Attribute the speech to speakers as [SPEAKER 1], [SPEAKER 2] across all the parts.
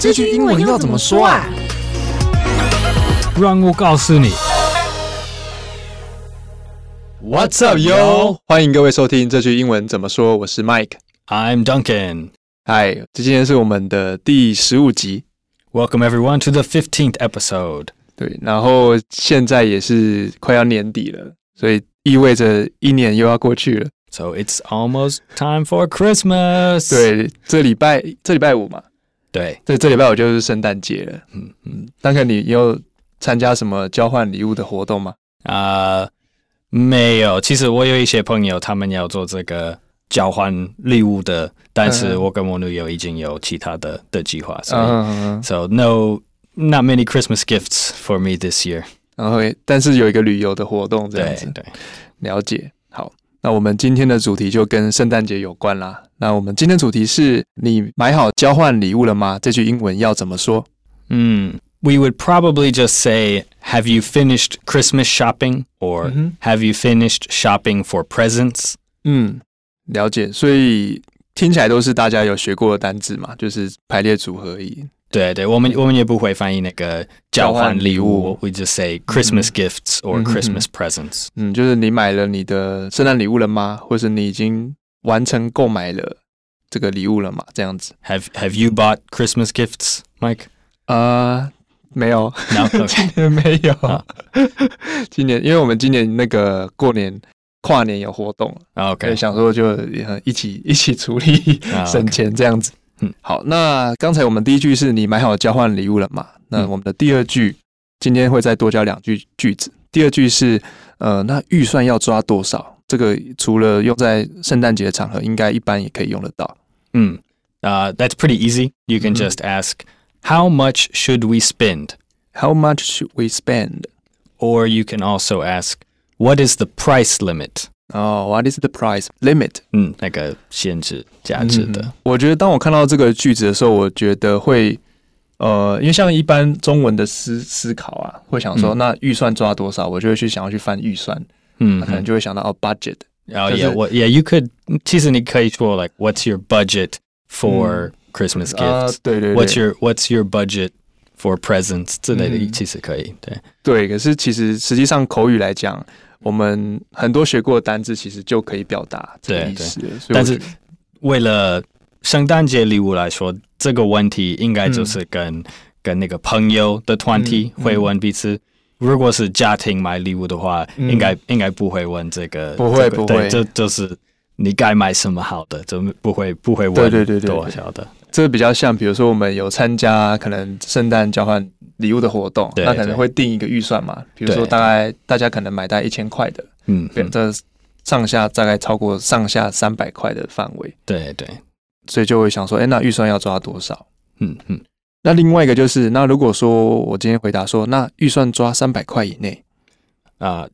[SPEAKER 1] 这句英文要怎么说啊？
[SPEAKER 2] 让我告诉你。
[SPEAKER 3] What's up, yo？欢迎各位收听这句英文怎么说。我是 Mike。
[SPEAKER 2] I'm Duncan.
[SPEAKER 3] 嗨，这今天是我们的第十五集，
[SPEAKER 2] Welcome everyone to the 15th episode.
[SPEAKER 3] 对，然后现在也是快要年底了，所以意味着一年又要过去了。
[SPEAKER 2] So it's almost time for Christmas.
[SPEAKER 3] 对，这礼拜这礼拜五嘛，
[SPEAKER 2] 对，
[SPEAKER 3] 对，这礼拜五就是圣诞节了。
[SPEAKER 2] 嗯
[SPEAKER 3] 嗯，丹克，你有参加什么交换礼物的活动吗？
[SPEAKER 2] 啊，没有。其实我有一些朋友，他们要做这个交换礼物的，但是
[SPEAKER 3] 嗯
[SPEAKER 2] 我跟我女友已经有其他的的计划，所以、
[SPEAKER 3] 嗯，
[SPEAKER 2] so no not many Christmas gifts for me this year.
[SPEAKER 3] 然后但是有一个旅游的活动这样
[SPEAKER 2] 对
[SPEAKER 3] 子。
[SPEAKER 2] 对，
[SPEAKER 3] 了解。好，那我们今天的主题就跟圣诞节有关啦。那我们今天主题是你买好交换礼物了吗？这句英文要怎么说？
[SPEAKER 2] 嗯。We Hmm. would probably just say, Have you finished Christmas shopping? Or
[SPEAKER 3] Mhm.
[SPEAKER 2] have you finished shopping for presents?
[SPEAKER 3] 嗯，了解。所以听起来都是大家有学过的单字嘛，就是排列组合而已。
[SPEAKER 2] 对对，我们我们也不会翻译那个交换礼
[SPEAKER 3] 交
[SPEAKER 2] 物
[SPEAKER 3] 换
[SPEAKER 2] ，we just say Christmas gifts or
[SPEAKER 3] 嗯哼哼
[SPEAKER 2] Christmas presents。
[SPEAKER 3] 嗯，就是你买了你的圣诞礼物了吗？或是你已经完成购买了这个礼物了吗？这样子。
[SPEAKER 2] Have Have you bought Christmas gifts, Mike?
[SPEAKER 3] 啊，没有，
[SPEAKER 2] No. Okay.
[SPEAKER 3] 没有
[SPEAKER 2] 好。
[SPEAKER 3] 今年，因为我们今年那个过年跨年有活动，啊对，
[SPEAKER 2] Oh, Okay. Oh,
[SPEAKER 3] 想说就呃一起 一起处理
[SPEAKER 2] 啊
[SPEAKER 3] 省钱这样子。
[SPEAKER 2] 嗯
[SPEAKER 3] 好，那刚才我们第一句是你买好交换礼物了嘛？那
[SPEAKER 2] 嗯
[SPEAKER 3] 我们的第二句今天会再多加两句句子。第二句是呃，那预算要抓多少？这个除了用在圣诞节的场合，应该一般也可以用得到。
[SPEAKER 2] Mm. Uh, that's pretty easy. You can
[SPEAKER 3] Mhm.
[SPEAKER 2] just ask, "How much should we spend?"
[SPEAKER 3] How much should we spend?
[SPEAKER 2] Or you can also ask, "What is the price limit?"
[SPEAKER 3] 哦、w h a t is the price limit?
[SPEAKER 2] 嗯，那个限制价值的。
[SPEAKER 3] 我觉得当我看到这个句子的时候，我觉得会，呃，因为像一般中文的思思考啊，会想说、
[SPEAKER 2] 嗯
[SPEAKER 3] 那预算抓多少，我就会去想要去翻预算，那可能就会想到哦 budget，
[SPEAKER 2] Oh
[SPEAKER 3] 就是-
[SPEAKER 2] yeah, well, yeah. You could 其实你可以说 like, "What's your budget for Christmas
[SPEAKER 3] 啊
[SPEAKER 2] gifts?"
[SPEAKER 3] 对对
[SPEAKER 2] What's
[SPEAKER 3] 对，
[SPEAKER 2] your What's your budget for presents?
[SPEAKER 3] 嗯。
[SPEAKER 2] 之类的，其实可以。对。
[SPEAKER 3] 对。可是其实实际上口语来讲，我们很多学过的单字其实就可以表达这个
[SPEAKER 2] 对
[SPEAKER 3] 意
[SPEAKER 2] 对
[SPEAKER 3] 思了，所以我
[SPEAKER 2] 但
[SPEAKER 3] 觉
[SPEAKER 2] 是
[SPEAKER 3] 得
[SPEAKER 2] 为了圣诞节礼物来说，这个问题应该就是跟、跟那个朋友的团
[SPEAKER 3] 嗯
[SPEAKER 2] 体
[SPEAKER 3] 嗯嗯
[SPEAKER 2] 会问彼此。如果是家庭买礼物的话，
[SPEAKER 3] 嗯
[SPEAKER 2] 应该应该不会问这个，
[SPEAKER 3] 不会
[SPEAKER 2] 这个
[SPEAKER 3] 不会
[SPEAKER 2] 对这就是你该买什么好的，就不会不会问
[SPEAKER 3] 对对对对对
[SPEAKER 2] 多少的，
[SPEAKER 3] 这比较像，比如说我们有参加可能圣诞交换礼物的活动，
[SPEAKER 2] 对
[SPEAKER 3] 那可能
[SPEAKER 2] 对
[SPEAKER 3] 会定一个预算嘛，比如说
[SPEAKER 2] 对
[SPEAKER 3] 大概大家可能买大概一千块的。
[SPEAKER 2] 嗯，
[SPEAKER 3] 对，
[SPEAKER 2] 嗯
[SPEAKER 3] 这上下大概超过上下三百块的范围，
[SPEAKER 2] 对对，
[SPEAKER 3] 所以就会想说，哎，那预算要抓多少？
[SPEAKER 2] 嗯嗯，
[SPEAKER 3] 那另外一个就是，那如果说我今天回答说，那预算抓三百块以内，
[SPEAKER 2] 啊、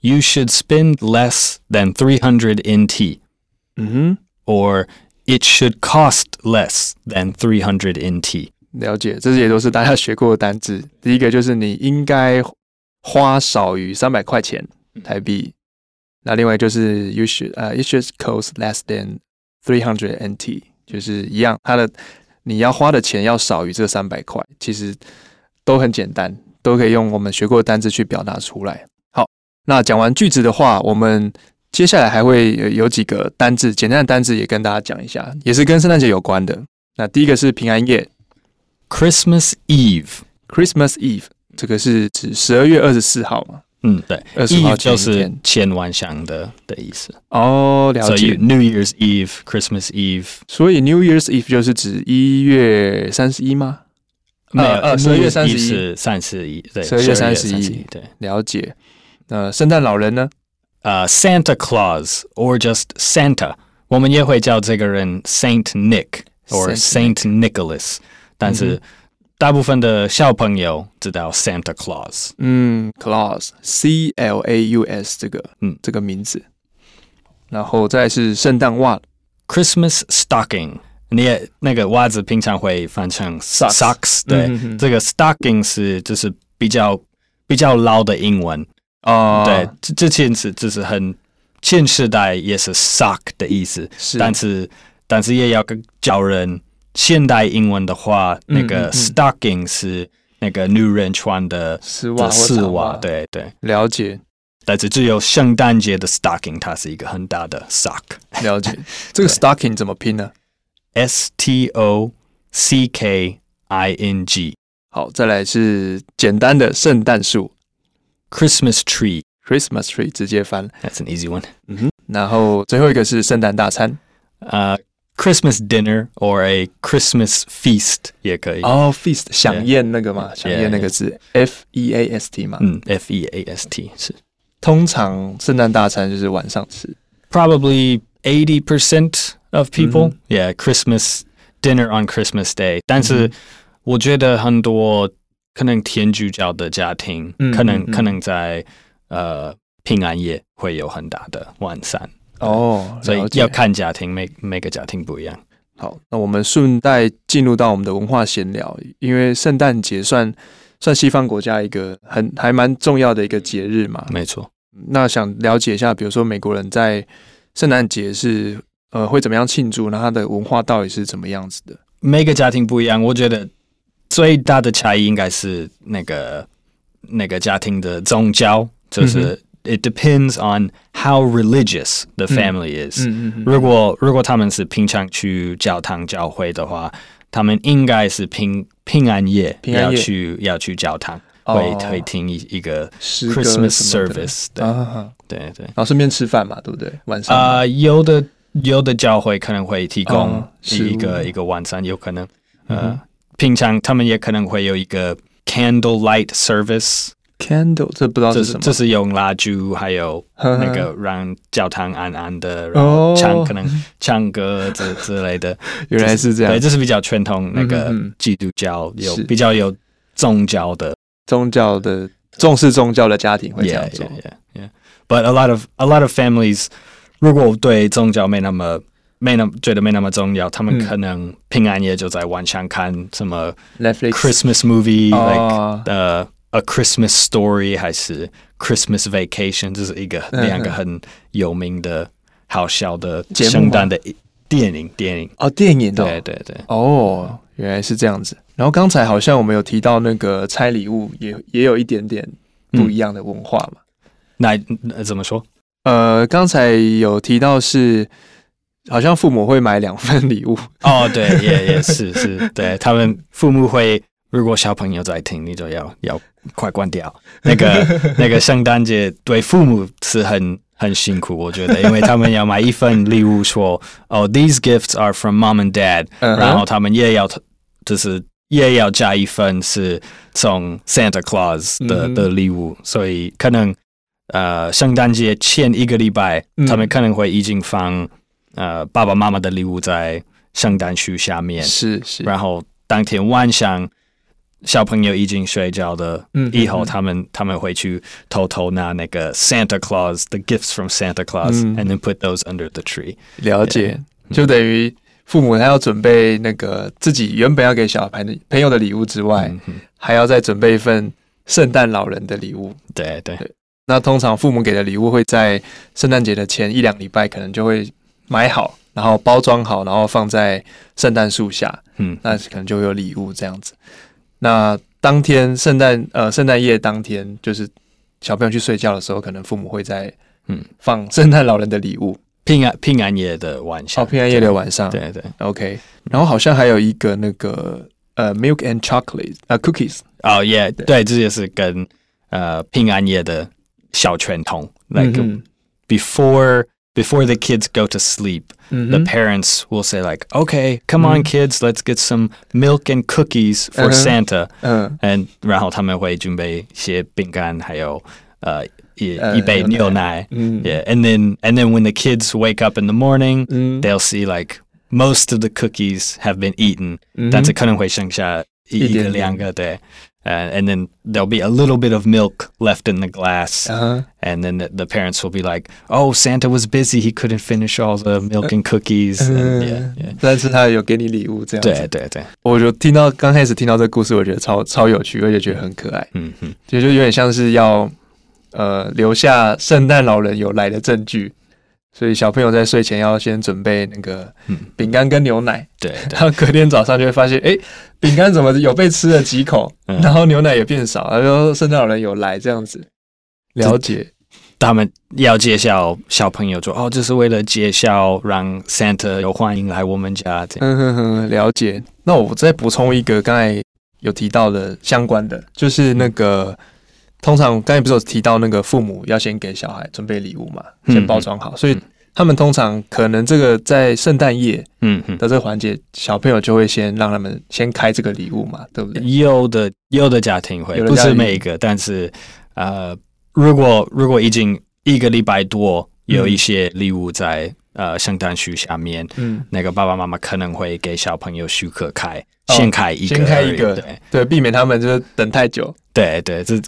[SPEAKER 2] y o u should spend less than three hundred NT,
[SPEAKER 3] 嗯哼，
[SPEAKER 2] or it should cost less than three hundred NT。
[SPEAKER 3] 了解，这些也都是大家学过的单字。第一个就是你应该花少于三百块钱台币，那另外就是 you should 呃、y o u should cost less than three hundred NT，就是一样，它的你要花的钱要少于这三百块，其实都很简单，都可以用我们学过的单字去表达出来。好，那讲完句子的话，我们接下来还会有有几个单字，简单的单字也跟大家讲一下，也是跟圣诞节有关的。那第一个是平安夜
[SPEAKER 2] Christmas Eve，
[SPEAKER 3] （Christmas Eve），这个是指十二月二十四号嘛？
[SPEAKER 2] 嗯，对
[SPEAKER 3] 二十号
[SPEAKER 2] ，Eve
[SPEAKER 3] 前
[SPEAKER 2] 就
[SPEAKER 3] 一
[SPEAKER 2] 是
[SPEAKER 3] 天。
[SPEAKER 2] 前晚上的的意思。
[SPEAKER 3] 哦，了
[SPEAKER 2] So
[SPEAKER 3] 解。
[SPEAKER 2] you New Year's Eve, Christmas Eve，
[SPEAKER 3] 所以 New Year's Eve 就是指一月三十一吗？
[SPEAKER 2] 没有
[SPEAKER 3] 呃
[SPEAKER 2] New
[SPEAKER 3] 12月
[SPEAKER 2] Year's Eve
[SPEAKER 3] 31
[SPEAKER 2] 是三十一，对，
[SPEAKER 3] 12月
[SPEAKER 2] 12
[SPEAKER 3] 31
[SPEAKER 2] 对。
[SPEAKER 3] 了解。呃，圣诞老人呢？
[SPEAKER 2] 呃，Santa uh, Claus or just Santa，我们也会叫这个人 Saint Nick or
[SPEAKER 3] Saint
[SPEAKER 2] Saint Nicholas，但是大部分的小朋友知道 Santa Claus。
[SPEAKER 3] 嗯，Claus，C L A U S 这个，嗯
[SPEAKER 2] 嗯，
[SPEAKER 3] 这个名字。然后再是圣诞袜
[SPEAKER 2] Christmas stocking，你也那个袜子平常会翻成
[SPEAKER 3] Socks
[SPEAKER 2] socks，对，
[SPEAKER 3] 嗯哼
[SPEAKER 2] 这个 stocking 是就是比较比较老的英文，
[SPEAKER 3] 哦，
[SPEAKER 2] 对，，这这前是就是很现时代也是 sock 的意思，
[SPEAKER 3] 是，
[SPEAKER 2] 但是但是也要跟教人现代英文的话，
[SPEAKER 3] 嗯
[SPEAKER 2] 那
[SPEAKER 3] 嗯嗯
[SPEAKER 2] 个 stocking 是那个女人穿的
[SPEAKER 3] 丝袜
[SPEAKER 2] 的
[SPEAKER 3] 或
[SPEAKER 2] 丝
[SPEAKER 3] 长
[SPEAKER 2] 袜，，对对。
[SPEAKER 3] 了解
[SPEAKER 2] 但是只有圣诞节的 stocking，它是一个很大的 sock，S
[SPEAKER 3] 了 解。这个 stocking 怎么拼呢？
[SPEAKER 2] T O C K I N G，Christmas
[SPEAKER 3] 好，再来是简单的圣诞树
[SPEAKER 2] tree。
[SPEAKER 3] （Christmas tree） 直接翻。
[SPEAKER 2] That's an easy one.
[SPEAKER 3] 嗯哼，然后最后一个是圣诞大餐
[SPEAKER 2] Uh, Christmas dinner or a Christmas feast 也可以。
[SPEAKER 3] 哦、f e a s t 享宴那个嘛，享宴那个字 F E A S T 嘛。
[SPEAKER 2] 嗯，F E A S T 是。
[SPEAKER 3] 通常圣诞大餐就是晚上吃。
[SPEAKER 2] probably 80% of people.
[SPEAKER 3] Mhm.
[SPEAKER 2] Yeah, Christmas dinner on Christmas Day.
[SPEAKER 3] Mm-hmm.
[SPEAKER 2] 但是我觉得很多可能天主教的家庭，
[SPEAKER 3] 嗯，
[SPEAKER 2] 可能
[SPEAKER 3] 嗯，
[SPEAKER 2] -
[SPEAKER 3] 嗯。
[SPEAKER 2] 可能在，呃，平安夜会有很大的完善。
[SPEAKER 3] 哦，
[SPEAKER 2] 所以
[SPEAKER 3] 了解
[SPEAKER 2] 要看家庭，每-每个家庭不一样。
[SPEAKER 3] 好，那我们顺带进入到我们的文化闲聊，因为圣诞节算算西方国家一个很还蛮重要的一个节日嘛。
[SPEAKER 2] 没错。
[SPEAKER 3] 那想了解一下，比如说美国人在圣诞节是呃会怎么样庆祝，那他的文化到底是怎么样子的？
[SPEAKER 2] 每个家庭不一样，我觉得最大的差异应该是那个那个家庭的宗教，就是、
[SPEAKER 3] 嗯
[SPEAKER 2] it depends on how religious the family is、
[SPEAKER 3] 嗯嗯
[SPEAKER 2] 如果如果他们是平常去教堂教会的话，他们应该是平平安夜
[SPEAKER 3] 平安夜
[SPEAKER 2] 要去要去教堂，会
[SPEAKER 3] 哦
[SPEAKER 2] 会听一一个
[SPEAKER 3] 诗歌什么
[SPEAKER 2] Christmas
[SPEAKER 3] 的
[SPEAKER 2] service
[SPEAKER 3] 啊
[SPEAKER 2] 对
[SPEAKER 3] 哈哈
[SPEAKER 2] 对对。
[SPEAKER 3] 然后顺便吃饭嘛，对不对？晚上
[SPEAKER 2] 啊、有的有的教会可能会提供
[SPEAKER 3] 哦食
[SPEAKER 2] 一一个、
[SPEAKER 3] 物
[SPEAKER 2] 一个晚餐，有可能
[SPEAKER 3] 嗯
[SPEAKER 2] 呃，
[SPEAKER 3] 哼
[SPEAKER 2] 平常他们也可能会有一个 candlelight service，
[SPEAKER 3] candle 这不知道
[SPEAKER 2] 这
[SPEAKER 3] 哦是
[SPEAKER 2] 是
[SPEAKER 3] 什么，
[SPEAKER 2] 这是用蜡烛，还有
[SPEAKER 3] 呵呵
[SPEAKER 2] 那个让教堂暗暗的，然后
[SPEAKER 3] 哦，
[SPEAKER 2] 唱、可能唱歌之之类的，
[SPEAKER 3] 原来是这样
[SPEAKER 2] 对，，这是比较传统那个
[SPEAKER 3] 嗯哼嗯
[SPEAKER 2] 基督教有
[SPEAKER 3] 是
[SPEAKER 2] 比较有宗教的
[SPEAKER 3] 宗教的重视宗教的家庭会这样
[SPEAKER 2] yeah,
[SPEAKER 3] 做
[SPEAKER 2] yeah, yeah, yeah. But a lot of a lot of families，如果对宗教没那么没那么觉得没那么重要，他们
[SPEAKER 3] 嗯
[SPEAKER 2] 可能平安夜就在晚上看什么
[SPEAKER 3] ，Netflix
[SPEAKER 2] Christmas movie，、
[SPEAKER 3] Oh。哦
[SPEAKER 2] like 呃、A Christmas Story 还是 Christmas Vacation，这是一个
[SPEAKER 3] 嗯嗯
[SPEAKER 2] 两个很有名的好笑的
[SPEAKER 3] 节目吗
[SPEAKER 2] 圣诞的电影电影。
[SPEAKER 3] 哦，电影的哦
[SPEAKER 2] 对对对，
[SPEAKER 3] 哦，原来是这样子。然后刚才好像我们有提到那个拆礼物也，也有一点点不一样的文化嘛。
[SPEAKER 2] 那、呃怎么说？
[SPEAKER 3] 呃，刚才有提到是，好像父母会买两份礼 物，
[SPEAKER 2] 哦，对，也也是是，对他们父母会，如果小朋友在听，你就要要快关掉。那个那个圣诞节对父母是很很辛苦，我觉得，因为他们要买一份礼物说，哦，these gifts are from mom and dad，、
[SPEAKER 3] 嗯哼
[SPEAKER 2] 然后他们也要就是也要加一份是从 Santa Claus 的、
[SPEAKER 3] 嗯
[SPEAKER 2] 的礼物，所以可能呃圣诞节前一个礼拜，
[SPEAKER 3] 嗯
[SPEAKER 2] 他们可能会已经放呃爸爸妈妈的礼物在圣诞树下面，
[SPEAKER 3] 是是，
[SPEAKER 2] 然后当天晚上小朋友已经睡觉了，
[SPEAKER 3] 嗯
[SPEAKER 2] 以后
[SPEAKER 3] 嗯
[SPEAKER 2] 他们他们会去偷偷拿那个 Santa Claus，the gifts from Santa Claus，and、
[SPEAKER 3] 嗯
[SPEAKER 2] then put those under the tree。
[SPEAKER 3] 了解，就等于父母他要准备那个自己原本要给小孩的朋友的礼物之外，
[SPEAKER 2] 嗯哼
[SPEAKER 3] 还要再准备一份圣诞老人的礼物。
[SPEAKER 2] 对对
[SPEAKER 3] 那通常父母给的礼物会在圣诞节的前一两礼拜，可能就会买好，然后包装好，然后放在圣诞树下，
[SPEAKER 2] 嗯，
[SPEAKER 3] 那可能就会有礼物这样子。那当天圣诞呃圣诞夜当天，就是小朋友去睡觉的时候，可能父母会在
[SPEAKER 2] 嗯
[SPEAKER 3] 放圣诞老人的礼物，
[SPEAKER 2] 平安平安夜的晚上，
[SPEAKER 3] 哦平安夜的晚上，
[SPEAKER 2] 对对
[SPEAKER 3] OK，然后好像还有一个那个呃 milk and chocolate 啊、cookies，
[SPEAKER 2] 哦耶，对，这也是跟呃平安夜的小传统，like、
[SPEAKER 3] 嗯
[SPEAKER 2] before before the kids go to sleep,
[SPEAKER 3] 嗯
[SPEAKER 2] the
[SPEAKER 3] 哼
[SPEAKER 2] parents will say like, "Okay, come on,
[SPEAKER 3] Mhm.
[SPEAKER 2] kids, let's get some milk and cookies for
[SPEAKER 3] Uh-huh.
[SPEAKER 2] Santa."
[SPEAKER 3] 嗯
[SPEAKER 2] And 然后他们会准备一些饼干，还有呃一
[SPEAKER 3] 呃 Mm-hmm。
[SPEAKER 2] 一杯
[SPEAKER 3] 牛
[SPEAKER 2] 牛奶。
[SPEAKER 3] 嗯
[SPEAKER 2] Yeah, and then and then when the kids wake up in the morning,
[SPEAKER 3] 嗯
[SPEAKER 2] they'll see like most of the cookies have been eaten.
[SPEAKER 3] 嗯
[SPEAKER 2] 但是可能会剩下一
[SPEAKER 3] 一
[SPEAKER 2] 一
[SPEAKER 3] 点
[SPEAKER 2] 个
[SPEAKER 3] 点
[SPEAKER 2] 两个对，呃、a n d then there'll be a little bit of milk left in the glass，、
[SPEAKER 3] 啊
[SPEAKER 2] and then the, the parents will be like, "Oh, Santa was busy; he couldn't finish all the milk and cookies." and yeah,
[SPEAKER 3] 嗯
[SPEAKER 2] yeah.
[SPEAKER 3] 但是他有给你礼物这样
[SPEAKER 2] 对
[SPEAKER 3] 子，
[SPEAKER 2] 对对，
[SPEAKER 3] 我就听到刚开始听到这个故事，我觉得超超有趣，而且觉得很可爱，
[SPEAKER 2] 嗯哼，
[SPEAKER 3] 其实就有点像是要呃留下圣诞老人有来的证据，所以小朋友在睡前要先准备那个
[SPEAKER 2] 嗯
[SPEAKER 3] 饼干跟牛奶，
[SPEAKER 2] 对对
[SPEAKER 3] 然后隔天早上就会发现，哎，饼干怎么有被吃了几口，
[SPEAKER 2] 嗯
[SPEAKER 3] 然后牛奶也变少，然后圣诞老人有来这样子，了解，
[SPEAKER 2] 他们要介绍小朋友说哦，这是为了介绍让 Santa 有欢迎来我们家这样。
[SPEAKER 3] 嗯哼哼，了解。那我再补充一个刚才有提到的相关的，就是那个通常刚才不是有提到那个父母要先给小孩准备礼物嘛，
[SPEAKER 2] 嗯
[SPEAKER 3] 先包装好，所以他们通常可能这个在圣诞夜
[SPEAKER 2] 嗯嗯，
[SPEAKER 3] 的这个环节，小朋友就会先让他们先开这个礼物嘛，对不对？
[SPEAKER 2] 有的有的家庭会
[SPEAKER 3] 有，的
[SPEAKER 2] 不
[SPEAKER 3] 家
[SPEAKER 2] 是
[SPEAKER 3] 庭
[SPEAKER 2] 每一个，但是呃，如果如果已经一个礼拜多有一些礼物在、呃圣诞树下面，
[SPEAKER 3] 嗯，
[SPEAKER 2] 那个爸爸妈妈可能会给小朋友许可开，
[SPEAKER 3] 哦
[SPEAKER 2] 先开一个而已，
[SPEAKER 3] 先开一个
[SPEAKER 2] 对
[SPEAKER 3] 对，避免他们就是等太久。
[SPEAKER 2] 对对，这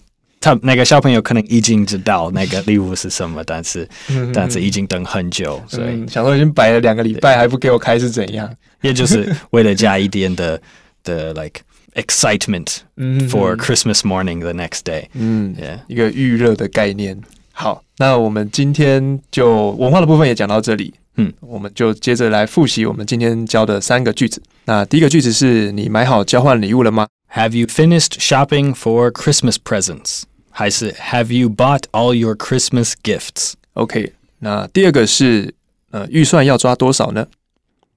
[SPEAKER 2] 他那个小朋友可能已经知道那个礼物是什么，但是
[SPEAKER 3] 嗯
[SPEAKER 2] 但是已经等很久，所以、
[SPEAKER 3] 嗯、想说已经摆了两个礼拜还不给我开是怎样？
[SPEAKER 2] 也就是为了加一点的的 like excitement
[SPEAKER 3] 嗯
[SPEAKER 2] for Christmas morning the next day，yeah。
[SPEAKER 3] 嗯，一个预热的概念。好，那我们今天就文化的部分也讲到这里。
[SPEAKER 2] 嗯，
[SPEAKER 3] 我们就接着来复习我们今天教的三个句子。那第一个句子是你买好交换礼物了吗？
[SPEAKER 2] Have you finished shopping for Christmas presents? 还是 Have you bought all your Christmas gifts?
[SPEAKER 3] OK，那第二个是呃，预算要抓多少呢？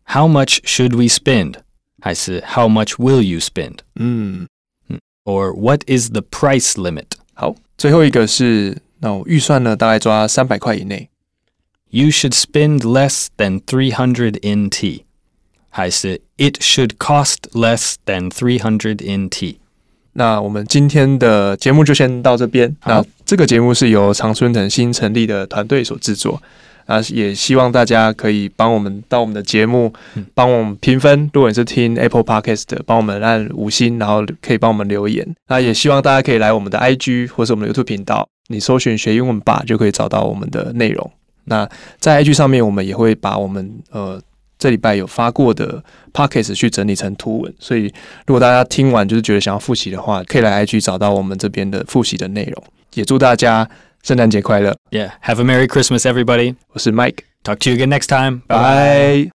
[SPEAKER 2] How much should we spend? 还是 How much will you spend?
[SPEAKER 3] 嗯，
[SPEAKER 2] Or what is the price limit?
[SPEAKER 3] 好，最后一个是那我预算呢，大概抓三百块以内。
[SPEAKER 2] You should spend less than 300 NT. 还是 It should cost less than 300 NT.
[SPEAKER 3] 那我们今天的节目就先到这边。
[SPEAKER 2] 好
[SPEAKER 3] 那这个节目是由常春藤新成立的团队所制作，啊，也希望大家可以帮我们到我们的节目
[SPEAKER 2] 嗯，
[SPEAKER 3] 帮我们评分。如果你是听 Apple Podcast 的，帮我们按五星，然后可以帮我们留言。那也希望大家可以来我们的 IG 或是我们的 YouTube 频道，你搜寻“学英文吧”就可以找到我们的内容。那在 IG 上面，我们也会把我们呃这礼拜有发过的 Podcast 去整理成图文，所以如果大家听完就是觉得想要复习的话，可以来 IG 找到我们这边的复习的内容。也祝大家圣诞节快乐！
[SPEAKER 2] Yeah. Have a Merry Christmas, everybody.
[SPEAKER 3] 我是 Mike，
[SPEAKER 2] Talk to you again next time.
[SPEAKER 3] 拜拜。